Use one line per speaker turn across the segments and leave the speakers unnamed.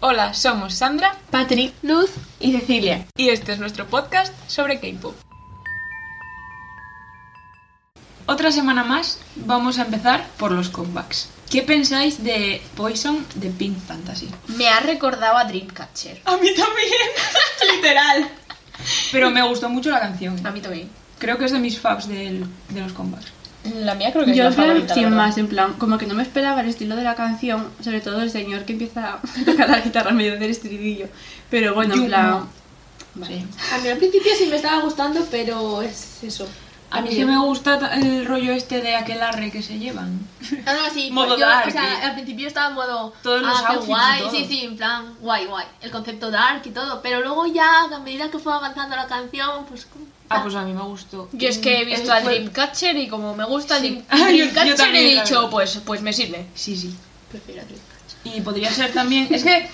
Hola, somos Sandra,
Patrick, Luz y Cecilia.
y este es nuestro podcast sobre K-pop. Otra semana más, vamos a empezar por los comebacks. ¿Qué pensáis de Poison de Pink Fantasy?
Me ha recordado a Dreamcatcher.
A mí también, literal. Pero me gustó mucho la canción.
A mí también.
Creo que es de mis faves del- de los comebacks.
La mía creo que
Yo
es la favorita.
sin
la verdad.
más, en plan, como que no me esperaba el estilo de la canción, sobre todo el señor que empieza a tocar la guitarra en medio del estribillo. Pero bueno, en
Yo
plan.
no.
Vale.
A mí al principio sí me estaba gustando, pero es eso.
A mí sí me gusta ta- el rollo este de aquel arre que se llevan.
Ah, no, sí.
Modo
yo,
dark,
o sea,
y-
al principio estaba en modo.
Todos los
ah, qué
outfits y
guay,
todo.
sí, sí, en plan, guay, guay. El concepto dark y todo. Pero luego ya, a medida que fue avanzando la canción, pues. como-
Ah, pues a mí me gustó.
Yo es que he visto a
Fue-
Dreamcatcher y como me gusta el Dream-
Yo- yo
Dreamcatcher
también,
he
la
dicho,
verdad.
pues, pues me sirve.
Sí, sí.
Prefiero a Dream.
Y podría ser también. Es que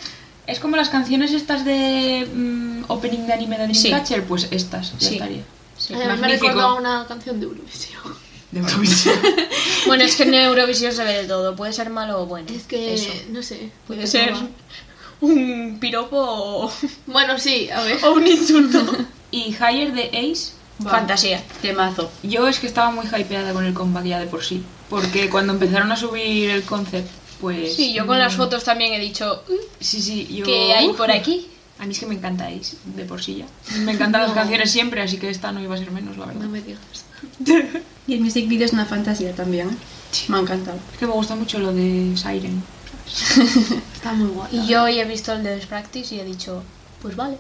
es como las canciones estas de mm, opening de anime de
Sí.
Dreamcatcher, pues estas ya
Sí.
estaría.
Sí.
Además me
magnífico.
recordó a una canción de Eurovisión.
De Eurovisión.
Bueno, es que en Eurovisión se ve de todo, puede ser malo o bueno.
Es que,
Eso.
no sé.
Puede ser un piropo o,
Bueno, sí, a ver.
o
Oh.
un insulto.
y Higher de Ace.
Fantasía.
Temazo.
Yo es que estaba muy hypeada con el comeback ya de por sí. Porque cuando empezaron a subir el concept, pues.
Sí, yo con
mm,
las fotos también he dicho "Uh,
Sí, sí, yo. uh,
que hay por aquí.
A mí es que me encanta Ace de por sí ya. Me encantan las canciones siempre, así que esta no iba a ser menos, la verdad.
No me digas.
Y el music video es una fantasía también. ¿eh?
Sí.
Me ha encantado.
Es que me gusta mucho lo de Siren.
Está muy guay.
Y yo hoy he visto el de Practice y he dicho, pues vale.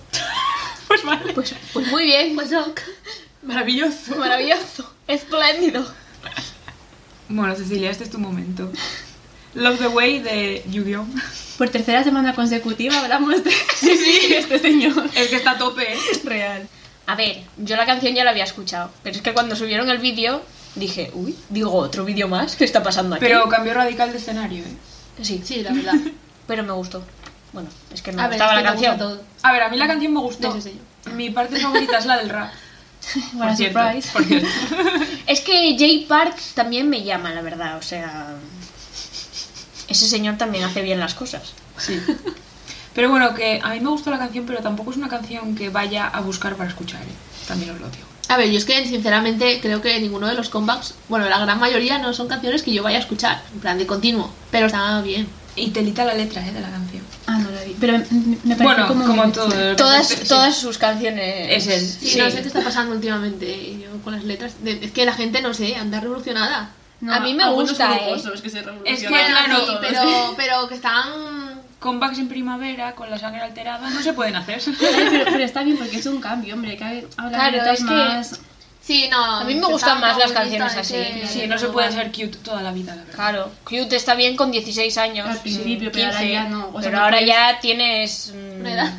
Pues vale.
Pues, pues muy bien,
What's up?
Maravilloso.
maravilloso, espléndido.
Bueno, Cecilia, este es tu momento. Love the Way de Yu-Gi-Oh!
Por tercera semana consecutiva hablamos de sí, sí. este señor.
Es que está a tope, ¿eh?
Real.
A ver, yo la canción ya la había escuchado, pero es que cuando subieron el vídeo dije, uy, digo otro vídeo más, ¿qué está pasando aquí?
Pero cambió radical de escenario, ¿eh?
sí,
Sí, la verdad.
pero me gustó. Bueno, es que me
A ver,
gustaba
es
la
que me gusta
canción.
todo.
A ver, a mí la canción me gustó.
De ese señor.
Mi parte favorita es la del rap.
What a
por cierto,
surprise.
por cierto.
Es que Jay Parks también me llama, la verdad, o sea, ese señor también hace bien las cosas.
Sí. Pero bueno, que a mí me gustó la canción, pero tampoco es una canción que vaya a buscar para escuchar, ¿eh? También os lo digo.
A ver, yo es que sinceramente creo que ninguno de los comebacks, bueno, la gran mayoría no son canciones que yo vaya a escuchar, en plan de continuo, pero está bien.
Y telita la letra, ¿eh? De la canción.
Ah, no la vi. Pero me, me pareció
Bueno, como,
como. ¿eh?
todo. el
Todas,
concepto, sí.
todas sus canciones.
Es él.
Sí,
Sí.
no sé qué está pasando últimamente yo con las letras. de- es que la gente, no sé, anda revolucionada.
No,
a mí me
algunos
gusta, ¿eh?
grupos son los que se
Bueno,
revolucionan.
claro,
sí,
todos.
pero, pero que están...
Comebacks en primavera, con la sangre alterada, no se pueden hacer.
Ay, pero, pero está bien porque es un cambio, hombre. Que hay- ahora
Claro,
letras
es que-
más.
Sí, no. A
mí me gustan más las canciones así.
Sí, no se puede ser cute toda la vida, la verdad.
Claro, Cute está bien con 16 años. mm,
Al principio, pero ahora ya no, o sea,
pero
no
ahora
puedes-
ya tienes. mm,
Una edad.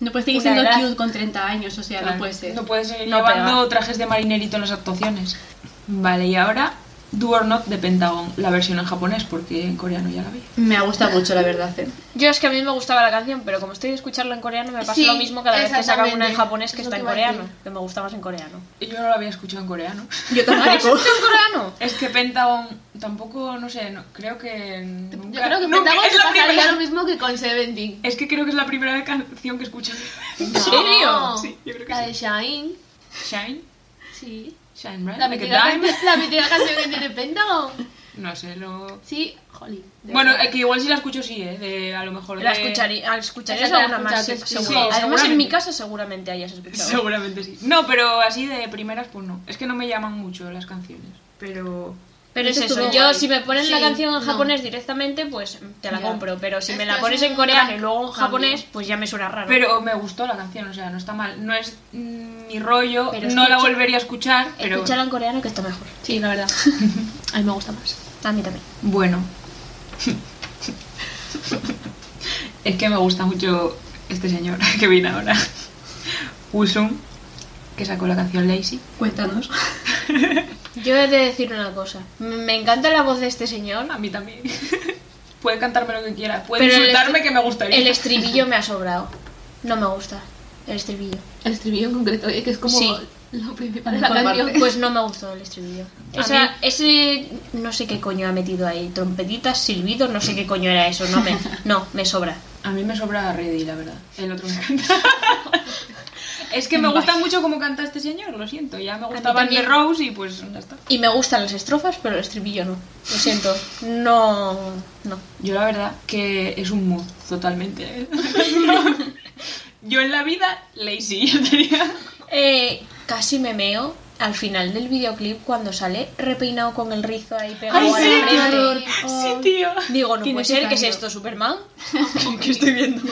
No puedes seguir
Una
siendo
edad.
cute con 30 años, o sea, no puede ser.
No puede ser
No
llevando
pega.
trajes de marinerito en las actuaciones. Vale, y ahora Do or Not de Pentagon, la versión en japonés, porque en coreano ya la vi.
Me ha gustado mucho, la verdad. ¿eh?
Yo es que a mí me gustaba la canción, pero como estoy de escucharla en coreano, me pasa
Sí,
lo mismo cada vez que sacan una en
exactamente.
japonés que
Es lo
está
que
en
iba a
coreano.
decir.
Que me gusta más en coreano.
Yo no la había escuchado en coreano.
Yo
¿Ah, ¿la escuchas en coreano?
Es que Pentagon tampoco, no sé, no- creo que. Nunca,
Yo creo que
nunca-
Pentagon
es
te
la
pasaría
primera-
lo mismo que con Seventeen.
Es que creo que es la primera canción que escucho.
¿En
serio?
Sí, yo creo que
La
sí.
de Shine.
Shine,
Sí.
Shine Bright,
La
Like a
mítica, can-
Diamond.
la mítica canción que tiene Pentagon.
No sé, lo.
Sí, jolín. de
Bueno,
verdad.
eh, que igual sí la escucho, sí, ¿eh? De, a lo mejor.
La
de-
escucharía, ah, escucharías
Esa te la
alguna más,
escuchaste,
se-
sí,
seguro. Además, en
seguramente.
mi casa seguramente hayas escuchado.
Seguramente sí. No, pero así de primeras, pues no. Es que no me llaman mucho las canciones. Pero.
Pero es
Eso
eso,
estuvo
yo
guay.
si me ponen la
Sí,
canción en
no.
japonés directamente, pues mm, te la
Ya.
compro. Pero si
Es
me
que
la
es
pones
un
en coreano y
gran
luego en
cambio.
japonés, pues ya me suena raro.
Pero me gustó la canción, o sea, no está mal. No es mm, mi rollo,
Pero
no la
escucha-
volvería a escuchar, pero.
Escúchala en coreano que está mejor.
Sí, la verdad. A mí me gusta más.
A mí también.
Bueno. es que me gusta mucho este señor que viene ahora. Usum, que sacó la canción Lazy.
Cuéntanos.
Yo he de decir una cosa. M- Me encanta la voz de este señor,
A mí también. puede cantarme lo que quiera, puede
Pero el
insultarme
estri-
que me gustaría.
El estribillo me ha sobrado. No me gusta el estribillo.
El estribillo en concreto, eh, que es como
Sí.
lo principal de
La
la
mejor
canción.
parte.
Pues no me gustó el estribillo.
A
O sea,
mí-
ese no sé qué coño ha metido ahí, trompetitas, silbidos, no sé qué coño era eso, no me no, me sobra.
A mí me sobra Ready, la verdad. El otro me encanta. es que me gusta mucho cómo canta este señor, lo siento. Ya me gustaba Andy
también.
Rose y pues ya está.
Y me gustan las estrofas, pero el estribillo no. Lo siento. No. No.
Yo la verdad que es un mood totalmente. ¿eh? Yo en la vida, lazy, yo diría.
Eh, casi me meo al final del videoclip cuando sale repeinado con el rizo ahí pegado
Ay,
a la
sí,
frente.
claro.
Sí, tío.
Digo, no
Qué
puede ser que es
necesario.
esto, Superman.
¿Qué estoy viendo?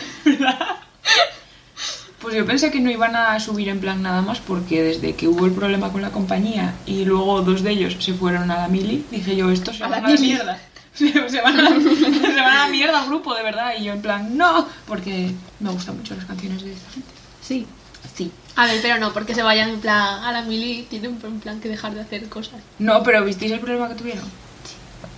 Pues yo pensé que no iban a subir en plan nada más porque desde que hubo el problema con la compañía y luego dos de ellos se fueron a la mili, dije yo, estos se
A
van
la
a la
mili.
mierda. Se van a la, se van a la mierda, grupo, de verdad. Y yo en plan, no, porque me gustan mucho las canciones de esta gente.
Sí.
Sí.
A ver, pero no, porque se vayan en plan a la mili, tienen en plan que dejar de hacer cosas.
No, pero ¿visteis el problema que tuvieron?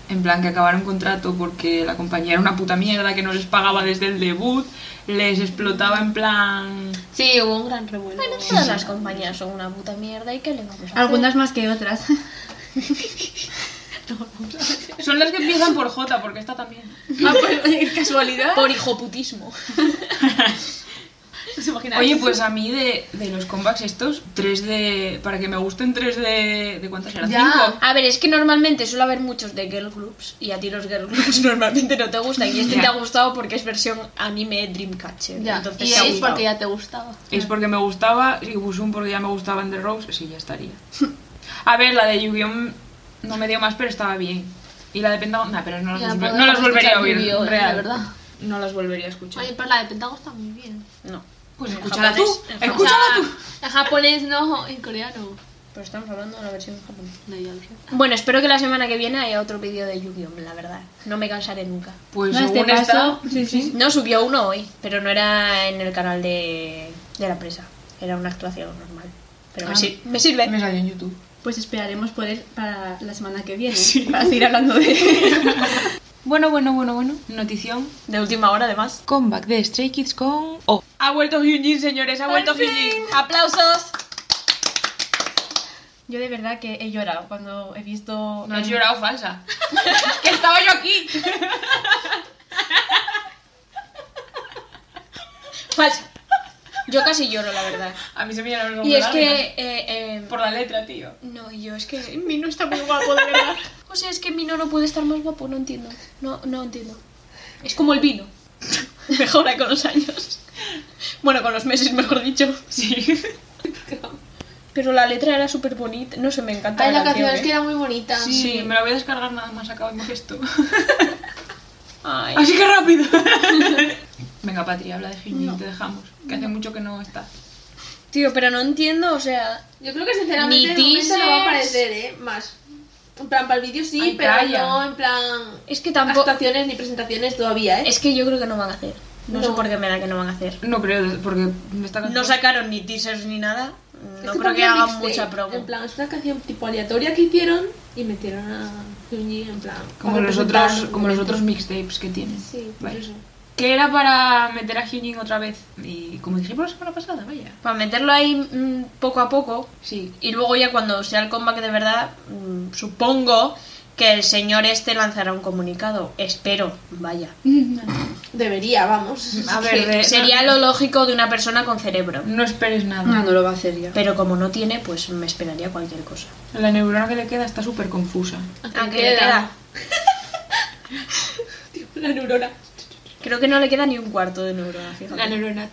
En plan que acabaron contrato porque la compañía era una puta mierda que no les pagaba desde el debut, les explotaba en plan...
Sí, hubo un gran revuelo.
Bueno,
Sí.
todas las compañías son una puta mierda y que le vamos a hacer?
Algunas más que otras.
Son las que empiezan por J, porque esta también.
Ah, pues, casualidad.
Por hijoputismo.
¿Os imagináis?
Oye, pues a mí de, de los comebacks estos, tres de... Para que me gusten tres de... ¿De cuántas eran?
Ya.
Cinco.
A ver, es que normalmente suele haber muchos de girl groups y a ti los girl groups normalmente no te gustan y este
Ya.
te ha gustado porque es versión anime Dreamcatcher.
Ya,
Entonces
y
te ha
es
gustado.
porque ya te gustaba.
Es porque me gustaba, y Busum porque ya me gustaban The Rose, sí, ya estaría. A ver, la de Yu-Gi-Oh! no me dio más, pero estaba bien. Y la de Pentagon, nah, pero no las,
Ya
volver-
podemos
no las volvería a
escuchar
oír,
Yu-Gi-Oh, la
real.
verdad.
No las volvería a escuchar.
Oye, pero la de Pentagon está muy bien.
No.
pues
en
escúchala tú,
japonés- en
escúchala
O
tú.
sea, En japonés no, en coreano.
Pero estamos hablando de la versión japonesa.
No, ya lo sé.
Bueno, espero que la semana que viene haya otro vídeo de Yu-Gi-Oh! La verdad. No me cansaré nunca.
Pues
No, este
según
paso.
esta,
Sí, sí.
No subió uno hoy, pero no era en el canal de, de la presa. Era una actuación normal. Pero me,
Ah.
sir- me sirve.
me salió en YouTube.
Pues esperaremos por él para la semana que viene. Para seguir hablando de.
Bueno, bueno, bueno, bueno. Notición.
De última hora, además.
Comeback de Stray Kids con... Oh. Ha vuelto Hyunjin, señores, ha vuelto Hyunjin.
¡Aplausos!
Yo de verdad que he llorado cuando he visto.
No has llorado falsa. que estaba yo aquí.
Falso. Yo casi lloro, la verdad.
A mí se me llenaron los
Y es
ojos de
que.
lágrimas.
eh, eh,
Por la letra, tío.
No, y yo es que Mino está muy guapo, de verdad. O sea, es que Mino no puede estar más guapo, no entiendo. No, no entiendo. Es como el vino. Mejora con los años. Bueno, con los meses, mejor dicho.
Sí.
Pero la letra era súper bonita. No sé, me encanta
Ay, la
canción,
canción es que
¿eh?
era muy bonita.
Sí, me la voy a descargar nada más acabemos esto.
Ay.
Así que rápido. Venga, Patri, habla de Hyunjin, te dejamos. Que hace mucho que no está.
Tío, pero no entiendo, o sea...
Yo creo que sinceramente
Ni
de momento no va a
teasers.
aparecer, ¿eh? Más. En plan, para el vídeo sí,
Ay,
pero
calla.
no en plan
Es que tampoco...
actuaciones ni presentaciones todavía, ¿eh?
Es que yo creo que no van a hacer. No, sé
No.
por qué me da que no van a hacer.
No creo, porque esta canción...
No sacaron ni teasers ni nada. No
Esto
creo que
también
hagan
mixtape.
mucha promo.
En plan, es una canción tipo aleatoria que hicieron y metieron a Hyunjin en plan.
Como
para
los
presentar
otros,
un
como los
momento.
otros mixtapes que tienen.
Sí, por
Vale.
eso.
Que era para meter a Hyunjin otra vez. Y como dijimos la semana pasada, vaya.
Para meterlo ahí mm, poco a poco,
Sí.
Y luego ya cuando sea el comeback de verdad, mm, supongo que el señor este lanzará un comunicado. Espero, vaya.
Debería, vamos.
A ver, de-
Sería lo lógico de una persona con cerebro.
No esperes nada.
Ah, no lo va a hacer ya.
Pero como no tiene, pues me esperaría cualquier cosa.
La neurona que le queda está súper confusa.
Aunque le queda.
La neurona.
Creo que no le queda ni un cuarto de neurona, fíjate.
La neurona.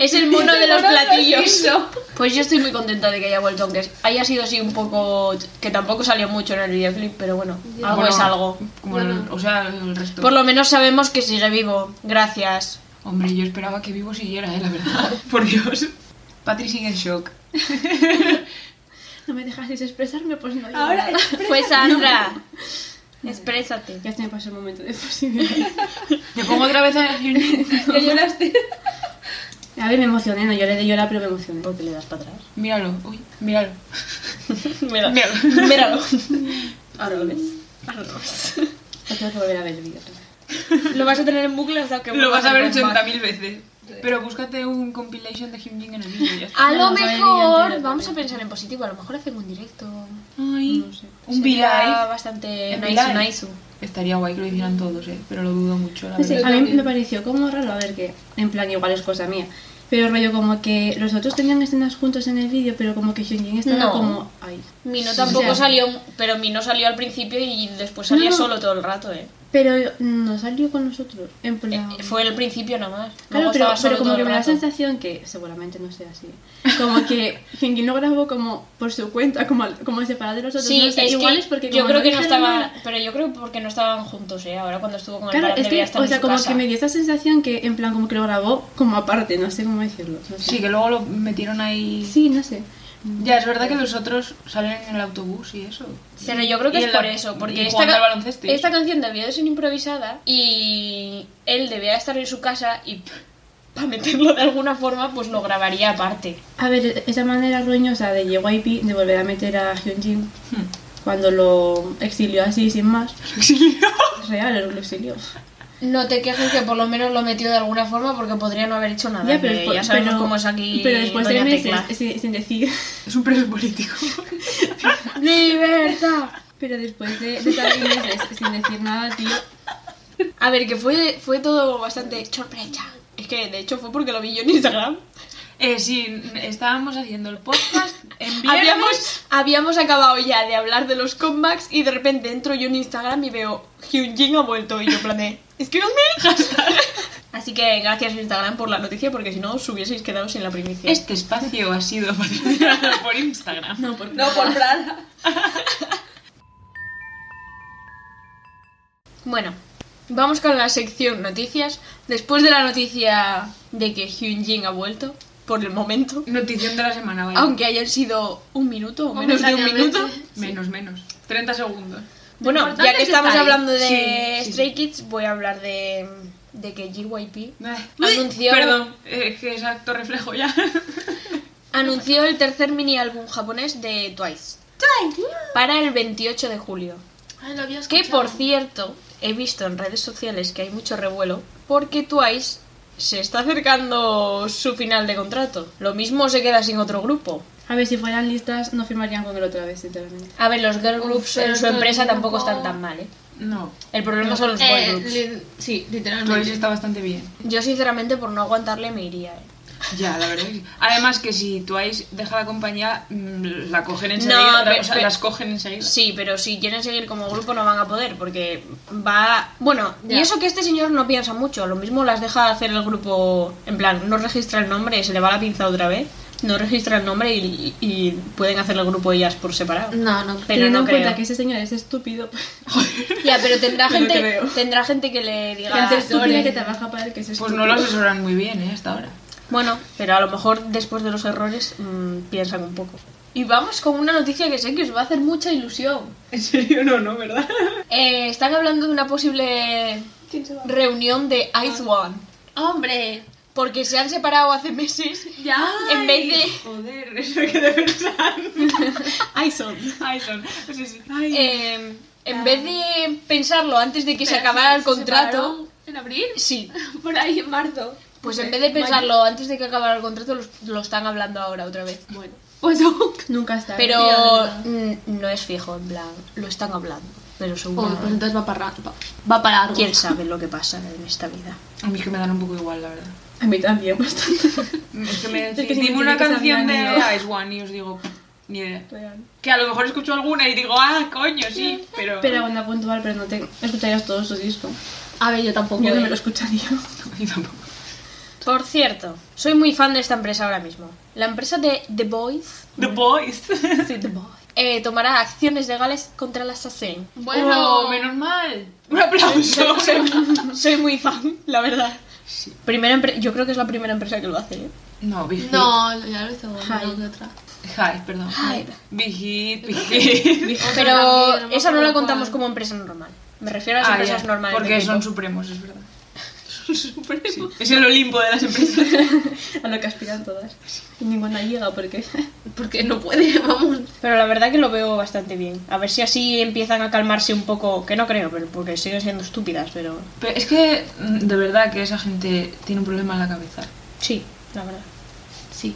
Es el mono de los
Mono de los
platillos.
pisos.
Pues yo estoy muy contenta de que haya vuelto, aunque haya sido así un poco. que tampoco salió mucho en el videoclip, pero bueno, algo
Ya.
Ah, Bueno,
es algo.
Pues Como el-
Bueno.
o sea, el resto.
Por lo menos sabemos que sigue vivo. Gracias.
Hombre, yo esperaba que vivo siguiera, eh, la verdad. Por Dios. Patri sigue en shock.
No me dejasteis expresarme, pues no.
Ahora
lloro.
Pues Sandra, exprésate.
Ya se me pasó el momento de posibilidad.
Te pongo otra vez a
Ya lloraste.
A ver, me emocioné, no lloré de llorar, pero me emocioné.
Porque le das para atrás.
Míralo, uy, míralo.
Míralo.
Míralo.
Míralo.
Ahora lo ves. Ahora lo ves. Lo tengo que volver a ver el vídeo. otra vez.
Lo vas a tener en bucle hasta que
Lo vas a ver
vuelvas al
80.000 veces. Pero búscate un compilation de Hyunjin en el vídeo y ya
comeback.
está.
A lo
Vamos a ver el vídeo
mejor,
entero
vamos a
también.
pensar en positivo. A lo mejor hacen un directo.
Ay,
No sé.
un
Sería
V-Live.
bastante
En
nice,
V-Live.
nice.
Estaría guay que lo hicieran todos, ¿eh? Pero lo dudo mucho, la
Sí, sí.
verdad.
A mí
también.
me pareció como raro, a ver, que en plan igual es cosa mía. Pero rollo como que los otros tenían escenas juntos en el vídeo, pero como que Hyunjin estaba
No.
como... Ay.
Mino
Sí,
tampoco
o sea-
salió, pero Mino salió al principio y después salía
No.
solo todo el rato, ¿eh?
Pero no salió con nosotros, en plan...
Eh, Fue al principio nada más.
Claro,
Luego
pero,
estaba solo
pero como
todo
que
el
me da la
rato.
sensación que seguramente no sea así. Como que Hyunjin lo grabó como por su cuenta, como, al- como separado de los otros.
Sí,
no sé,
es
igual
que
es porque
yo
como
creo que no
dijeron
estaba,
nada-
pero yo creo porque no estaban juntos, ¿eh? Ahora cuando estuvo con el
Claro,
parón
es que,
debía estar
o
en
sea,
su
como
casa.
que me dio esa sensación que en plan como que lo grabó como aparte, no sé cómo decirlo. no sé.
Sí, que luego lo metieron ahí.
Sí, no sé.
Ya, es verdad que los otros salen en el autobús y eso.
Pero yo creo que
Y
es
en la-
por eso,
y
porque esta,
jugando
ca-
al baloncesto y
esta
eso.
canción debió de ser improvisada y él debía estar en su casa y para meterlo de alguna forma pues lo grabaría aparte.
A ver, esa manera roñosa de JYP de volver a meter a Hyunjin
Hmm.
cuando lo exilió así sin más. Es Real, lo exilió.
No te quejes que por lo menos lo metió de alguna forma porque podría no haber hecho nada.
Ya, pero,
que
después-
ya sabemos
pero-
cómo es aquí
pero después de
Doña
meses
Tecla.
sin, sin decir
Es un preso político.
¡Libertad! Pero después de, de estar ahí meses sin decir nada, tío.
A ver, que fue, fue todo bastante sorpresa. Es que de hecho fue porque lo vi yo en Instagram.
Eh, sí, estábamos haciendo el podcast en viernes.
Habíamos, habíamos acabado ya de hablar de los comebacks y de repente entro yo en Instagram y veo Hyunjin ha vuelto y yo planeé. Excuse me. Así que gracias Instagram por la noticia porque si no os hubieseis quedado sin la primicia.
Este espacio ha sido patrocinado por Instagram.
No, porque.
por Prada. bueno, vamos con la sección noticias. Después de la noticia de que Hyunjin ha vuelto, por el momento,
Notición de la semana, vaya.
aunque hayan sido un minuto o menos de un
Momentáneamente.
minuto.
Menos, menos. 30 segundos.
Bueno,
importante
ya que
es que
estamos
está ahí.
hablando de
Sí, sí,
Stray Kids, voy a hablar de, de que GYP
Ay,
Anunció-
Perdón, eh, que es acto reflejo ya.
anunció el tercer mini álbum japonés de Twice para el 28 de julio.
Ay, lo había
Que
escuchado.
por cierto, he visto en redes sociales que hay mucho revuelo porque Twice se está acercando su final de contrato. Lo mismo se queda sin otro grupo.
A ver, si fueran listas, no firmarían con él otra vez, sinceramente.
A ver, los girl groups
pero
en su
todo el
empresa tampoco
grupo-
están tan mal, ¿eh?
No,
El problema son los boy
Eh,
groups.
li- sí,
Twice
literalmente.
está bastante bien.
Yo sinceramente por no aguantarle me iría, ¿eh?
Ya, la verdad. que sí. Además que si Twice deja la compañía, mm, la cogen
No,
enseguida. la-
pero-
o sea,
pero-
las cogen enseguida.
Sí, pero si quieren seguir como grupo no van a poder porque va... Bueno, y
Ya.
eso que este señor no piensa mucho, lo mismo las deja hacer el grupo, en plan, no registra el nombre, se le va la pinza otra vez, no registra el nombre y, y pueden hacer el grupo ellas por separado.
No, no.
Pero no
Teniendo en
creo.
cuenta que ese señor es estúpido.
Ya, pero tendrá
No
gente,
creo.
tendrá gente que le diga... "Ah,
gente estúpida
"Loren".
que trabaja para él, que es estúpido.
Pues no lo asesoran muy bien, ¿eh? Hasta ahora.
Bueno, pero a lo mejor después de los errores mm, piensan un poco. Y vamos con una noticia que sé que os va a hacer mucha ilusión.
En serio, no, no, ¿verdad?
Eh, están hablando de una posible reunión de Ice One.
¡Hombre!
Porque se han separado hace meses.
Ya.
En vez de-
Joder, eso que de pensar.
Ice One.
Ay, son. Sí, sí. Ay.
Eh, en vez de pensarlo antes de que se acabara el contrato.
¿En abril?
Sí.
Por ahí en marzo.
Pues en vez de pensarlo antes de que acabara el contrato, los- lo están hablando ahora otra vez.
Bueno. Pues ok.
Nunca está.
Pero
Tía,
mm, no es fijo, en plan, lo están hablando. Pero seguro.
Uy, pues entonces va para, va, va para largo.
¿Quién sabe lo que pasa en esta vida?
A mí es que me dan un poco igual, la verdad.
A mí también, bastante.
Es que me
Es
decís,
que si
dime
me tiene
una
que
canción
saber,
de
amigo.
Ice One y os digo, ni idea. Que a lo mejor escucho alguna y digo, ah, coño, sí, pero...
Pero banda puntual, pero no te escucharías todo su disco.
A ver, yo tampoco.
Yo no me
eh.
lo escucharía.
Y tampoco.
Por cierto, soy muy fan de esta empresa ahora mismo. La empresa de The Boys
The Boys.
eh, tomará acciones legales contra la SACEN.
Bueno,
Oh, menos mal. Un aplauso.
Soy muy fan, la verdad.
Sí.
Primera empre- yo creo que es la primera empresa que lo hace. ¿eh?
No, Big Hit.
No, lo- ya lo hizo una
Hyde.
que otra.
Hyde, perdón.
Hyde.
Big Hit, Big Hit.
Otra
Pero
también, me
esa no la
acuerdo
contamos
cuál.
como empresa normal. Me refiero a las
Ah,
empresas
ya,
normales. de
Porque son
K-pop.
supremos, es verdad. Son supremos. Es el Olimpo de las empresas.
A lo que aspiran todas. Y ninguna llega porque.
Porque no puede, vamos.
Pero la verdad que lo veo bastante bien. A ver si así empiezan a calmarse un poco. Que no creo, pero porque siguen siendo estúpidas, pero
Pero es que, mm, de verdad, que esa gente tiene un problema en la cabeza.
sí, la verdad.
Sí.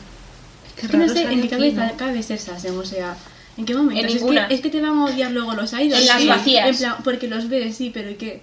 Es que no sé, en mi cabeza cabe ser Sasen, o sea, ¿En qué momento?
En
es, que,
ninguna.
es que te van a odiar luego los idols.
En las vacías.
En plan, porque los ves, sí, pero ¿y qué?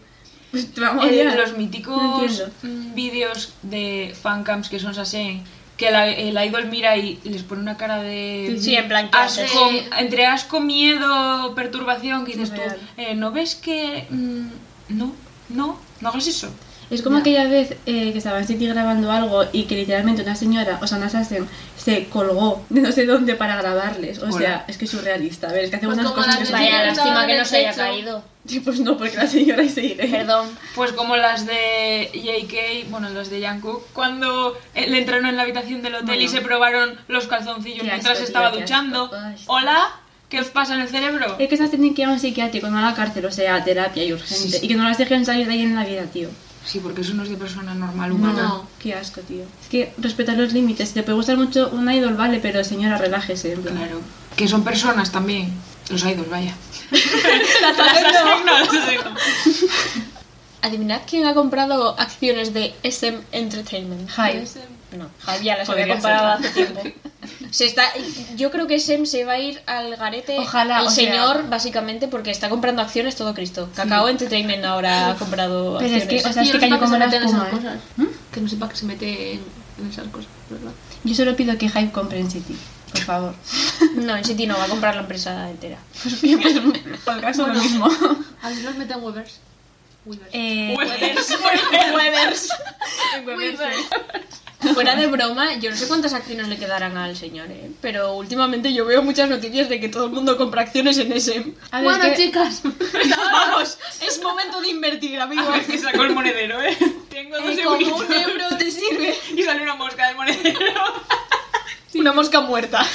Pues te
Oh,
van a
Eh,
odiar.
los míticos
No entiendo.
mm, vídeos de fancams que son así, que la- el idol mira y les pone una cara de...
Sí, en plan, ¿qué haces?
asco, entre asco, miedo, perturbación, que dices tú,
Real.
eh, ¿no ves que...? mm, no, no, no hagas eso.
Es como
Ya.
aquella vez eh, que estaba en City grabando algo y que literalmente una señora, o sea, una assassin, se colgó de no sé dónde para grabarles. O
Hola.
sea, es que es surrealista. A ver, es que hace
Pues
unas
como
cosas
la
que
de
son-
Vaya,
Estaba
lástima
en
que
el
no se haya
techo.
caído.
Sí, pues no, porque la señora ahí se iré.
Perdón.
Pues como las de JK, bueno, las de Jungkook, cuando eh, le entraron en la habitación del hotel y
Bueno.
se probaron los calzoncillos
Qué
mientras
asco,
estaba
tío, qué
duchando.
asco. Eh. Ay, sí.
Hola, ¿qué os pasa en el cerebro?
Es que esas tienen que ir a un psiquiátrico, no a la cárcel, o sea, a terapia y urgente.
Sí, sí.
Y que no las dejen salir de ahí en la vida, tío.
Sí, porque eso no es de persona normal
No,
humana.
No.
qué asco, tío. Es que respetar los límites. Si te puede gustar mucho un idol, vale, pero señora, relájese. En plan.
Claro. Que son personas también. Los idols, vaya.
Adivinad quién ha comprado acciones de SM Entertainment.
Hype.
No, Hype ya las había
Podría
comprado hace
ser.
tiempo. Se está, yo creo que SM se va a ir al garete.
Ojalá,
El
o sea-
señor, básicamente, porque está comprando acciones todo Cristo. Cacao Entertainment ahora ha comprado
Pero es
acciones.
que, o sea, es
Yo
que
no
cayó
sé para qué
como
se
la
mete en
espuma.
esas
¿eh?
cosas.
¿Mm?
Que no sepa que se mete en, en esas cosas, ¿verdad?
Yo solo pido que Hype compre en City, por favor.
No, en City no, va a comprar la empresa entera.
Pues bien, pues, por el caso lo mismo.
A mí los meten Webers. Weavers.
Eh,
Webers. Fuera de broma, yo no sé cuántas acciones le quedarán al señor, ¿eh? pero últimamente yo veo muchas noticias de que todo el mundo compra acciones en SM.
a ver,
bueno,
es que-
chicas.
Vamos, es momento de invertir, amigos.
que sacó el monedero, ¿eh? Tengo
Eh, con un euro te sirve
y sale una mosca del monedero.
una mosca muerta.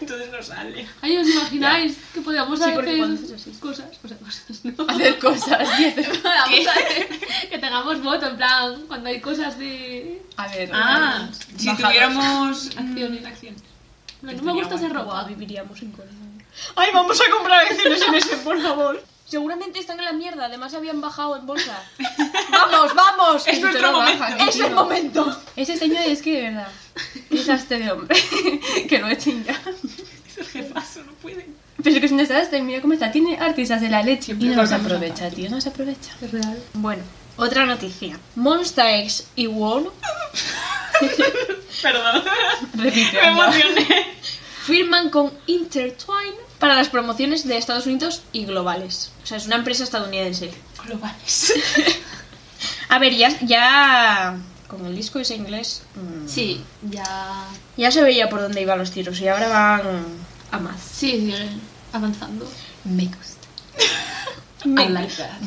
Entonces no sale.
Ahí os imagináis que podíamos
Sí,
hacer
porque cuando haces así.
cosas. O sea, cosas, ¿no?
hacer cosas. y hacer-
Vamos a hacer que tengamos voto, en plan, cuando hay cosas de
A ver,
Ah, si
bajados.
tuviéramos. mm,
acciones.
acciones.
No, no me gusta ese robo.
viviríamos en Corea. Ay, vamos a comprar acciones en ese, por favor. Seguramente están en la mierda, además habían bajado en bolsa. ¡Vamos, vamos!
Es
te lo
nuestro
bajan,
momento.
que
Es
te
el
lo-
momento.
Ese señor es que, de verdad, qué desastre de hombre. que lo echen ya.
Es jefazo, no pueden.
Pero es que es un desastre, mira cómo está. Tiene artistas de la leche
Siempre
y no se
volvemos
aprovecha, tío, no se aprovecha.
Es real.
Bueno, otra noticia. Monsta X y Won
Perdón.
Repite.
Me emocioné.
firman con Intertwine para las promociones de Estados Unidos y globales. O sea, es una empresa estadounidense.
Globales.
A ver, ya, ya con el disco ese inglés mm,
Sí, ya.
ya se veía por dónde iban los tiros y ahora van a más.
Sí, siguen avanzando.
Me gusta.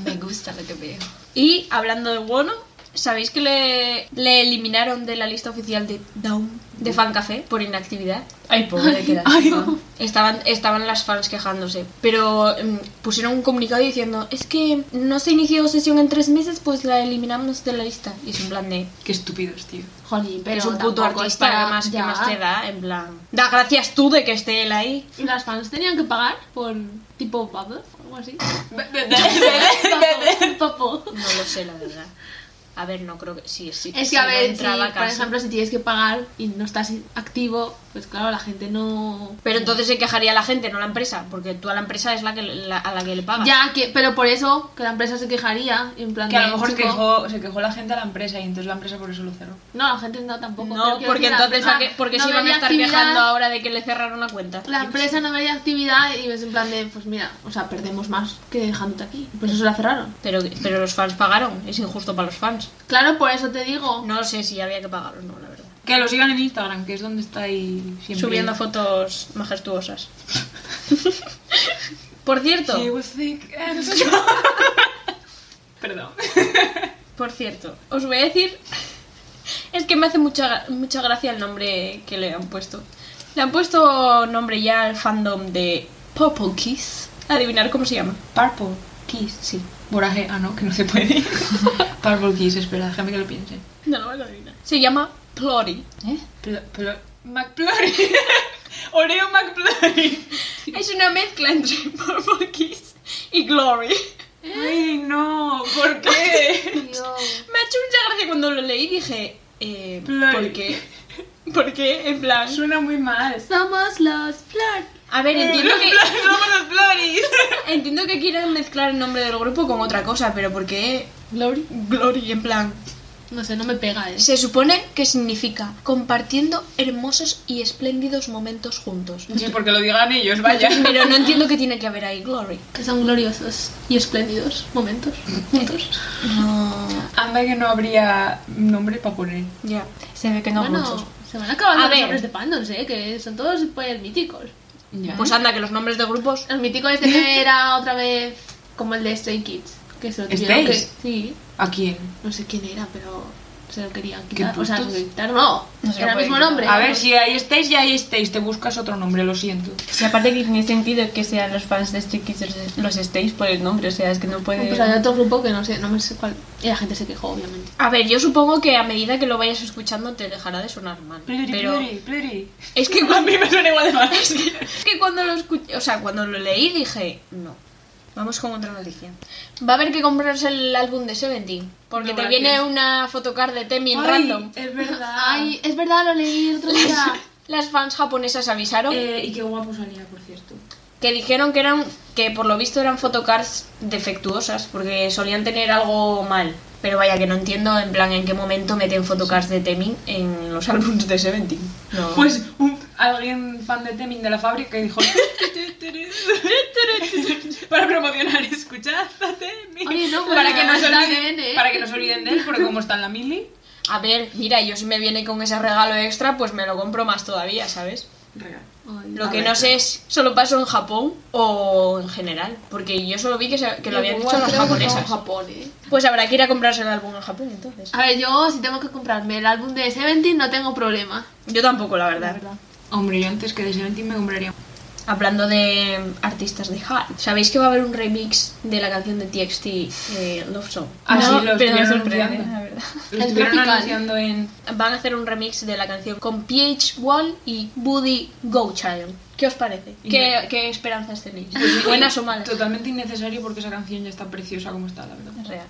Me gusta lo que veo.
Y hablando de Wono, ¿sabéis que le, le eliminaron de la lista oficial de Down de Fan Café por inactividad?
Ay, pobre, que la
Ay,
chica.
no.
Estaban, estaban las fans quejándose, pero mm, pusieron un comunicado diciendo, es que no se inició sesión en tres meses, pues la eliminamos de la lista. Y es en plan de,
Qué estúpidos, tío.
Jolín, pero
es un puto
tampoco
artista
es para-
más que
ya.
más te da, en plan, da gracias tú de que esté él ahí.
Las fans tenían que pagar por tipo bubble o algo así. Papo.
No lo sé, la verdad. A ver, no creo que... Sí, sí.
Es
sí,
que a
no
ver, si,
entraba
por
casi.
ejemplo, si tienes que pagar y no estás activo, pues claro, la gente no...
Pero entonces se quejaría la gente, no la empresa, porque tú a la empresa es la que la- a la que le pagas.
Ya, que, pero por eso que la empresa se quejaría, en plan
Que a
de,
lo mejor se
chico,
quejó, se quejó la gente a la empresa y entonces la empresa por eso lo cerró.
No, la gente no tampoco. pero
No,
quiero
porque
decir, la
entonces
empresa
¿a qué- porque
Ah, no
se iban a
vería
estar
actividad,
quejando ahora de que le cerraron la cuenta.
La empresa no veía actividad y ves en plan de, pues mira, o sea, perdemos más que dejándote aquí. Por eso la cerraron.
Pero, pero los fans pagaron, es injusto para los fans.
Claro, por eso te digo.
No sé si había que pagar o no, la verdad.
Que lo sigan en Instagram, que es donde está ahí siempre.
Subiendo fotos majestuosas. Por cierto,
She was thick and- Perdón.
por cierto, os voy a decir... Es que me hace mucha, gra- mucha gracia el nombre que le han puesto. Le han puesto nombre ya al fandom de Purple Kiss. Adivinar cómo se llama.
Purple Kiss, sí. Boraje, ah no, que no se puede. Purple Kiss, espera, déjame que lo piense.
No lo voy a adivinar. Se llama Plory.
¿Eh?
Pl- pl- McFlurry. Oreo McFlurry.
Es una mezcla entre Purple Kiss y Glory.
Ay, no, ¿por qué?
Me ha hecho mucha gracia cuando lo leí y dije, eh,
Blurry.
¿por qué? ¿Por qué? En plan,
Suena muy mal.
Somos los Blur.
A ver, entiendo que,
¡Somos los Glories!
entiendo que quieran mezclar el nombre del grupo con otra cosa, pero ¿por qué
Glory.
Glory? En plan,
No sé, no me pega, ¿eh?
se supone que significa compartiendo hermosos y espléndidos momentos juntos.
Sí, porque lo digan ellos, vaya.
Pero no entiendo qué tiene que haber ahí Glory.
Que son gloriosos y espléndidos momentos juntos.
No.
Anda que no habría nombre para poner.
Ya.
Se ve que no
bueno,
muchos.
se van acabando
A
los
ver.
nombres de pandoms, ¿eh? Que son todos pues míticos.
Ya.
Pues anda, que los nombres de grupos.
El mítico este que era otra vez como el de Stray Kids. Que se lo tuvieron que...
¿Strays?
Sí.
¿A quién?
No sé quién era, pero se lo querían quitar.
¿Qué
O sea,
putos?
quitar no.
No se lo
era el
pueden
mismo
quitar.
nombre.
A ver, si ahí estáis, ya ahí estáis. Te buscas otro nombre, lo siento.
Y aparte que tiene sentido que sean los fans de Stray Kids los- los Stays por el nombre, o sea, es que no puede...
Pues había otro grupo que no sé, no me sé cuál. Y la gente se quejó, obviamente.
A ver, yo supongo que a medida que lo vayas escuchando te dejará de sonar mal.
Pluri,
Pero
pluri, pluri.
es que
A
cuando,
mí me suena igual de mal.
es que cuando lo escuché, o sea, cuando lo leí dije, no. Vamos con otra noticia. Va a haber que comprarse el álbum de Seventeen. Porque
No,
te
gracias.
viene una photocard de Temin
Ay,
random.
Es verdad.
Ah.
Ay, es verdad, lo leí el otro día.
Las fans japonesas avisaron
Eh, y qué guapo salía, por cierto.
que dijeron que eran que por lo visto eran photocards defectuosas porque solían tener algo mal. Pero vaya que no entiendo en plan en qué momento meten photocards de Temin en los álbumes de Seventeen. No.
Pues un- alguien fan de Temin de la fábrica dijo para promocionar escuchad a Temin
Oye, no, pues
para que no se
está
olviden
bien, ¿eh?
para que no se olviden de él porque como está en la mili
A ver, mira, yo si me viene con ese regalo extra, pues me lo compro más todavía, ¿sabes?
Ay,
Lo
A
que
ver.
no sé es, ¿solo pasó en Japón o en general? Porque yo solo vi que, se- que lo habían hecho
igual
las
creo que
japonesas.
fue en Japón, ¿eh?
Pues habrá que ir a comprarse el álbum en Japón, entonces.
A ver, yo si tengo que comprarme el álbum de Seventeen no tengo problema.
Yo tampoco, la
La
verdad.
verdad.
hombre yo antes que de Seventeen me compraría
Hablando de artistas de Hard, ¿sabéis que va a haber un remix de la canción de TXT, eh, Love Song?
así
No,
lo
pero me
estuvieron
sorprende,
anunciando
la verdad.
lo
El
estuvieron
tropical.
anunciando en
Van a hacer un remix de la canción con PH1 y Buddy Go Child. ¿Qué os parece? ¿Qué, qué esperanzas tenéis? ¿Buenas o malas?
Pues totalmente innecesario porque esa canción ya está preciosa como está la verdad
Real.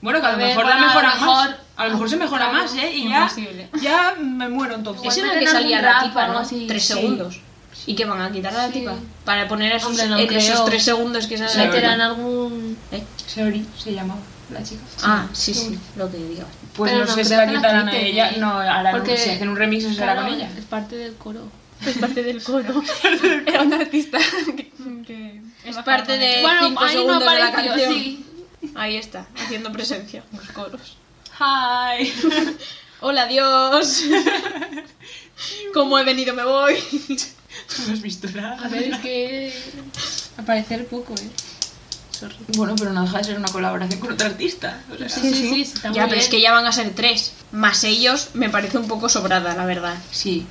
bueno que a,
A
lo
ver,
mejor
bueno,
la
a lo
mejora más
mejor-
a lo mejor se mejora más eh y ya
Imposible.
ya me muero entonces
Igual.
Eso es lo
meten
que salía
algún
la
rap o
tipa,
algo
¿no?
así.
Tres
Sí.
segundos. ¿Y qué van a quitar a la
Sí.
tipa? Para poner esos,
Hombre, no
en esos
creo.
tres segundos que sale la
Meterán
tipa.
algún...
¿Eh?
Seori se llamaba la chica
Ah, sí, sí, lo que digo.
Pues
Pero
no,
no
sé si
creo
la
que la
quitarán a
quiten,
ella.
¿eh?
No, harán un-
Porque-
si hacen un remix, eso será
Claro,
con ella.
Es parte del coro.
Es parte del coro. Era un artista que... que-
Es parte
Eh,
de
Bueno,
cinco
ahí no
segundos de la
apareció,
canción.
sí.
Ahí está, haciendo presencia en los coros.
Hi.
Hola, adiós. Como he venido, me voy.
Tú no has visto
A
nada.
ver, es que... Aparecer poco, ¿eh? Sorry.
Bueno, pero no deja de ser una colaboración con otro artista. o sea.
Sí, sí, sí, sí, está muy
ya, pero es
bien.
que ya van a ser tres. Más ellos, me parece un poco sobrada, la verdad.
Sí.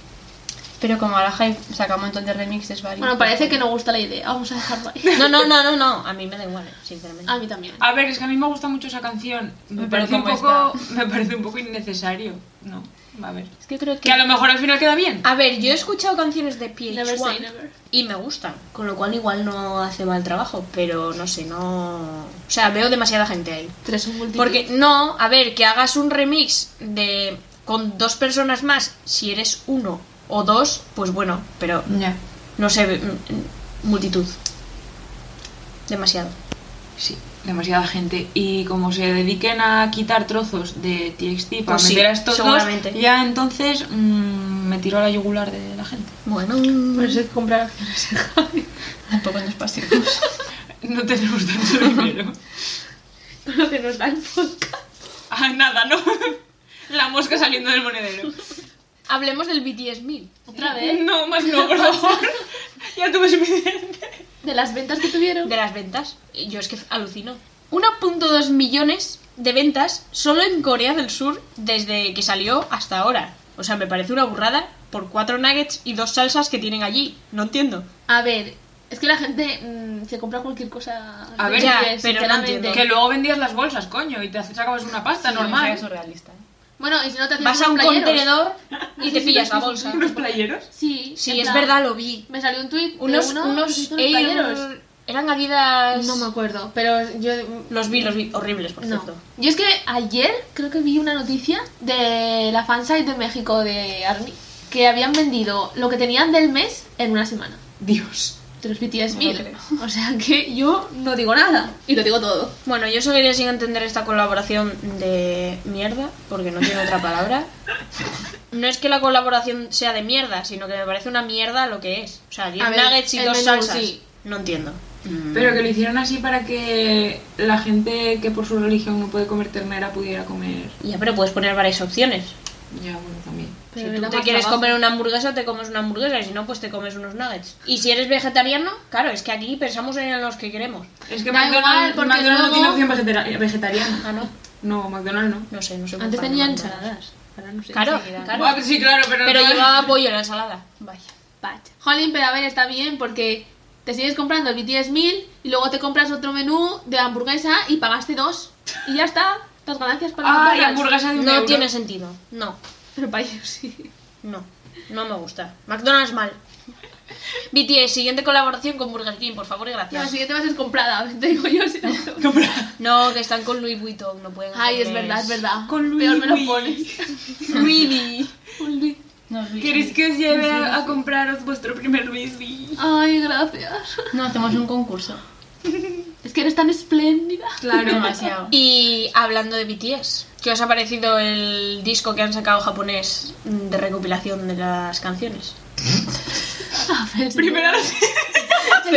Pero como ahora Hype saca un montón de remixes varios.
Bueno, parece que no gusta la idea. Vamos a dejarlo ahí.
No, no, no, no, no. A mí me da igual, eh, sinceramente.
A mí también.
A ver, es que a mí me gusta mucho esa canción. Me
Pero
parece un
¿cómo
poco. Me parece un poco innecesario. No. A ver.
Es que creo que...
Que a lo mejor al final queda bien.
Ah.
A ver, yo he escuchado canciones de
Never say
PH1
never.
y me gustan, con lo cual igual no hace mal trabajo, pero no sé, no... O sea, veo demasiada gente ahí.
Tres un multitud.
Porque no, a ver, que hagas un remix de con dos personas más, si eres uno o dos, pues bueno, pero
Ya.
no sé, mm, mm, multitud. Demasiado.
Sí. Demasiada gente. Y como se dediquen a quitar trozos de TXT para
Pues sí,
meter a estos dos,
seguramente.
ya entonces mm, me tiro a la yugular de la gente.
Bueno,
Por eso hay que comprar acciones en Javi.
Un poco nos pasemos.
No tenemos tanto dinero.
Con lo que nos da el podcast.
Ah, nada, ¿no? La mosca saliendo del monedero.
hablemos del BTS 1000.
Otra vez.
No, más no, por favor. Ya tuve suficiente.
De las ventas que tuvieron.
De las ventas, yo es que alucino. 1.2 millones de ventas solo en Corea del Sur desde que salió hasta ahora. O sea, me parece una burrada por cuatro nuggets y dos salsas que tienen allí. No entiendo.
A ver, es que la gente mm, se compra cualquier cosa.
A ver,
Ya,
Yes,
pero no
sinceramente.
entiendo.
Que luego vendías las bolsas, coño, y te sacabas una pasta normal.
Es surrealista. ¿eh?
Bueno, y si no te hacías
Vas a un
unos playeros.
contenedor y te pillas la bolsa.
¿Unos playeros?
Sí,
Sí,
en
es
plan,
verdad, lo vi.
Me salió un tuit de
Unos,
uno,
unos
unos
Air-
playeros.
eran Adidas.
No me acuerdo, pero yo.
Los vi, los vi. Horribles, por
No.
cierto.
Yo es que ayer creo que vi una noticia de la fansite de México de Army que habían vendido lo que tenían del mes en una semana.
Dios.
de los BTS
No
mil.
creo.
o sea que yo no digo nada y lo digo todo.
Bueno, yo seguiré sin entender esta colaboración de mierda, porque no tiene otra palabra. No es que la colaboración sea de mierda, sino que me parece una mierda lo que es. O sea, 10
ver,
nuggets y
el
dos
menú,
salsas.
sí.
No entiendo. Mm.
Pero que lo hicieron así para que la gente que por su religión no puede comer ternera pudiera comer.
Ya, pero puedes poner varias opciones.
Ya, bueno, también.
Pero
si
era
tú te
más
quieres
trabajo.
comer una hamburguesa, te comes una hamburguesa, y si no, pues te comes unos nuggets. Y si eres vegetariano, claro, es que aquí pensamos en los que queremos.
Es que
Da igual,
McDonald's,
porque
McDonald's no
luego-
tiene opción vegetari- vegetariana.
Ah, no,
No, McDonald's no.
no sé, no sé. cómo
Antes
para
tenía
mandar.
ensaladas. Ahora no sé.
Claro,
Sí, era-
claro.
Buah, sí, claro, pero,
Pero
no-
llevaba pollo en la ensalada. Vaya.
Vaya. Jolín, pero a ver, está bien porque te sigues comprando el BTS 1000 y luego te compras otro menú de hamburguesa y pagaste dos. Y ya está. Las ganancias para
Ah, la
McDonald's.
hamburguesa de un
No
euro.
tiene sentido. No,
Pero para ellos sí.
no. No me gusta. McDonald's mal. BTS, siguiente colaboración con Burger King, por favor y
Ya,
gracias.
si te vas a ser comprada, te digo yo. Si no.
Compra-
No, que están con Louis Vuitton, no pueden.
Ay, es
hacerles-
verdad, es verdad.
Pues Con Luis.
Peor me lo pones.
Really.
Con Luis.
No, Luis,
¿Queréis que os lleve a, a compraros vuestro primer Luis V?
Ay, gracias.
No, hacemos un concurso.
Es que eres tan espléndida.
Demasiado.
Y hablando de BTS, ¿qué os ha parecido el disco que han sacado japonés de recopilación de las canciones?
A ver,
Primera
¿En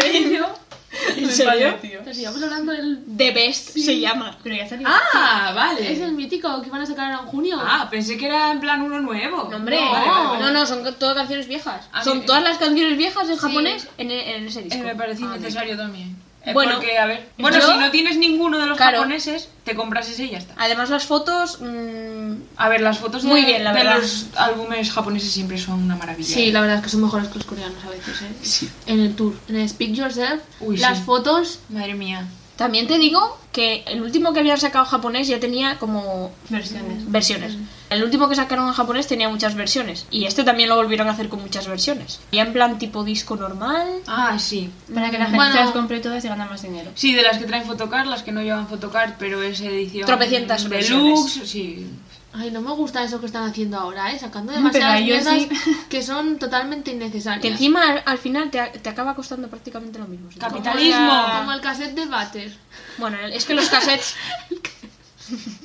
serio?
¿En
Pero si vamos hablando del...
The Best se llama.
Pero ya salió.
Ah, vale.
Es el mítico que van a sacar ahora en junio.
Ah, pensé que era en plan uno nuevo.
No, hombre,
No, vale, vale, vale.
no, no, son ca- todas canciones viejas.
A
son
mí-
todas las canciones viejas en japonés en, e- en ese
Eh,
disco.
me parece
Ah, vale.
innecesario también. Eh,
Bueno,
porque, a ver, bueno,
yo-
si no tienes ninguno de los
Claro.
japoneses, te compras ese y ya está.
Además, las fotos. mm,
A ver, las fotos de,
Muy bien, la
de
verdad.
los álbumes japoneses siempre son una maravilla. ¿eh?
Sí, la verdad es que son mejores que los coreanos a veces, ¿eh?
Sí.
En el tour, en el Speak Yourself,
Uy,
las
sí.
fotos...
Madre mía.
También te digo que el último que habían sacado japonés ya tenía como
Versiones.
versiones. El último que sacaron en japonés tenía muchas versiones. Y este también lo volvieron a hacer con muchas versiones. Ya en plan tipo disco normal.
Ah, sí.
Para que la gente
Bueno.
se las compre todas y gana más dinero.
Sí, de las que traen fotocard, las que no llevan fotocard, pero es edición.
Tropecientas
Deluxe, sí.
Ay, no me gusta eso que están haciendo ahora, ¿eh? Sacando demasiadas
Pero yo
mierdas
sí.
que son totalmente innecesarias.
Que encima al, al final te, a- te acaba costando prácticamente lo mismo.
Capi-
Como la-
Capitalismo.
Como el cassette de Butter.
Bueno, es que los cassettes.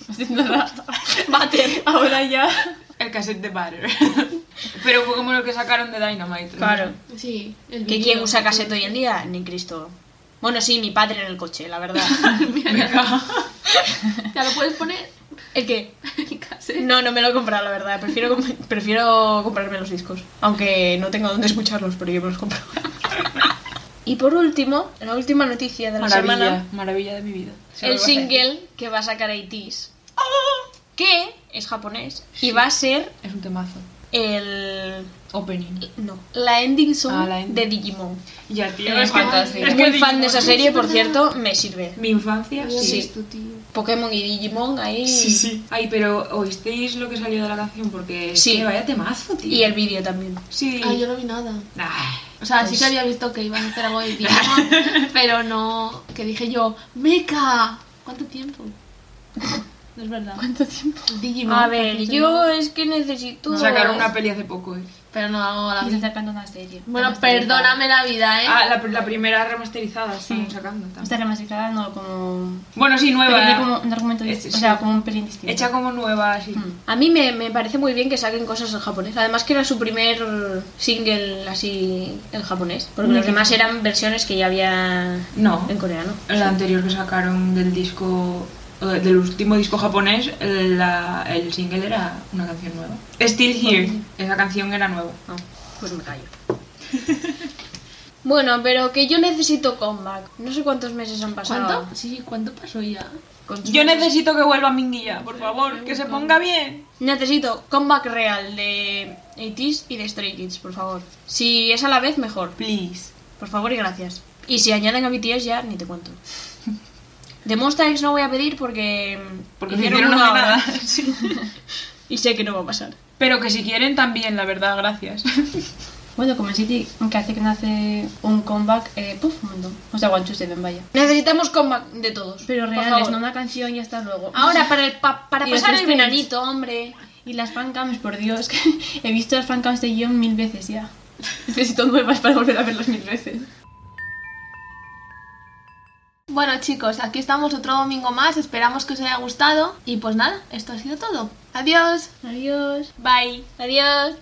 Haciendo rata.
Bater.
Ahora ya.
El cassette de Butter. pero fue como lo que sacaron de Dynamite. ¿no?
Claro.
Sí. el
¿Que
vinilo.
quién usa cassette hoy en día? Ni Cristo. Bueno, sí, mi padre en el coche, la verdad.
Ya lo puedes poner
¿El qué?
en cassette.
No, no me lo he comprado, la verdad. Prefiero, com- prefiero comprarme los discos. Aunque no tengo dónde escucharlos, pero yo me los compro. y por último, la última noticia de la
Maravilla,
semana.
maravilla de mi vida. Se
El
lo voy a hacer.
single que va a sacar ATEEZ. Que es japonés. Y va a ser
Es un temazo.
el...
Opening.
No, la ending song
Ah, la end-
de Digimon.
Ya, tío.
Es
es que-
fantástico.
es que
Muy fan
Digimon-
de esa serie, por cierto, me sirve.
Mi infancia,
Uy,
sí.
esto, tío.
Pokémon y Digimon ahí.
Sí, sí. Ay, pero ¿oísteis lo que salió de la canción? Porque es
Sí.
que vaya temazo, tío.
Y el vídeo también.
Sí.
Ay, yo no vi nada.
Ah,
O sea, sí
Pues-
que había visto que iban a hacer algo de Digimon, pero no. Que dije yo, ¡Meca! ¿Cuánto tiempo? No es verdad.
¿Cuánto tiempo?
Digimon.
A ver,
parece
yo es que necesito...
sacaron una peli hace poco, eh.
Pero no hago la
Y está sacando una serie.
Ah. Bueno,
Remasterizada.
perdóname la vida, ¿eh?
Ah, la, la primera remasterizada están sacando
Está
también.
remasterizada, no como.
Bueno, sí,
Pero tiene
nueva.
como un argumento.
Eh,
Este,
distinto,
sí.
O sea, como un pelín distinto.
Hecha como nueva, sí.
Mm.
A mí me, me parece muy bien que saquen cosas en japonés. Además que era su primer single así en japonés. Porque los demás eran versiones que ya había
No,
en coreano.
la anterior que sacaron del disco, eh, del último disco japonés, la- el single era una canción nueva. Still Here, esa canción era nueva.
Ah, pues me callo. bueno, pero que yo necesito comeback. No sé cuántos meses han pasado.
¿Cuánto? Sí, ¿cuánto pasó ya?
Con-
Yo necesito que vuelva Minguilla, por favor, que se ponga bien.
Necesito comeback real de 80s y de Stray Kids, por favor. Si es a la vez, mejor.
Please.
Por favor y gracias. Y si añaden a BTS ya, ni te cuento. De Monster X no voy a pedir porque... mm,
Porque hicieron
uno
una
ahora.
nada.
Y sé que no va a pasar.
Pero que si quieren también, la verdad, gracias.
Bueno, como City, que hace que nace un comeback, eh, puff, un montón. O sea, One Two Seven, vaya.
Necesitamos comeback de todos.
Pero
por
reales,
favor.
no una canción y hasta luego. Ah,
Ahora, para, el pa- para
Y los
pasar el
Stray Kids.
venanito, hombre.
Y las fancams, por Dios, que he visto las fancams de John mil veces ya. Necesito nuevas para volver a verlas mil veces.
Bueno chicos, aquí estamos otro domingo más, esperamos que os haya gustado y pues nada, esto ha sido todo. Adiós.
Adiós.
Bye.
Adiós.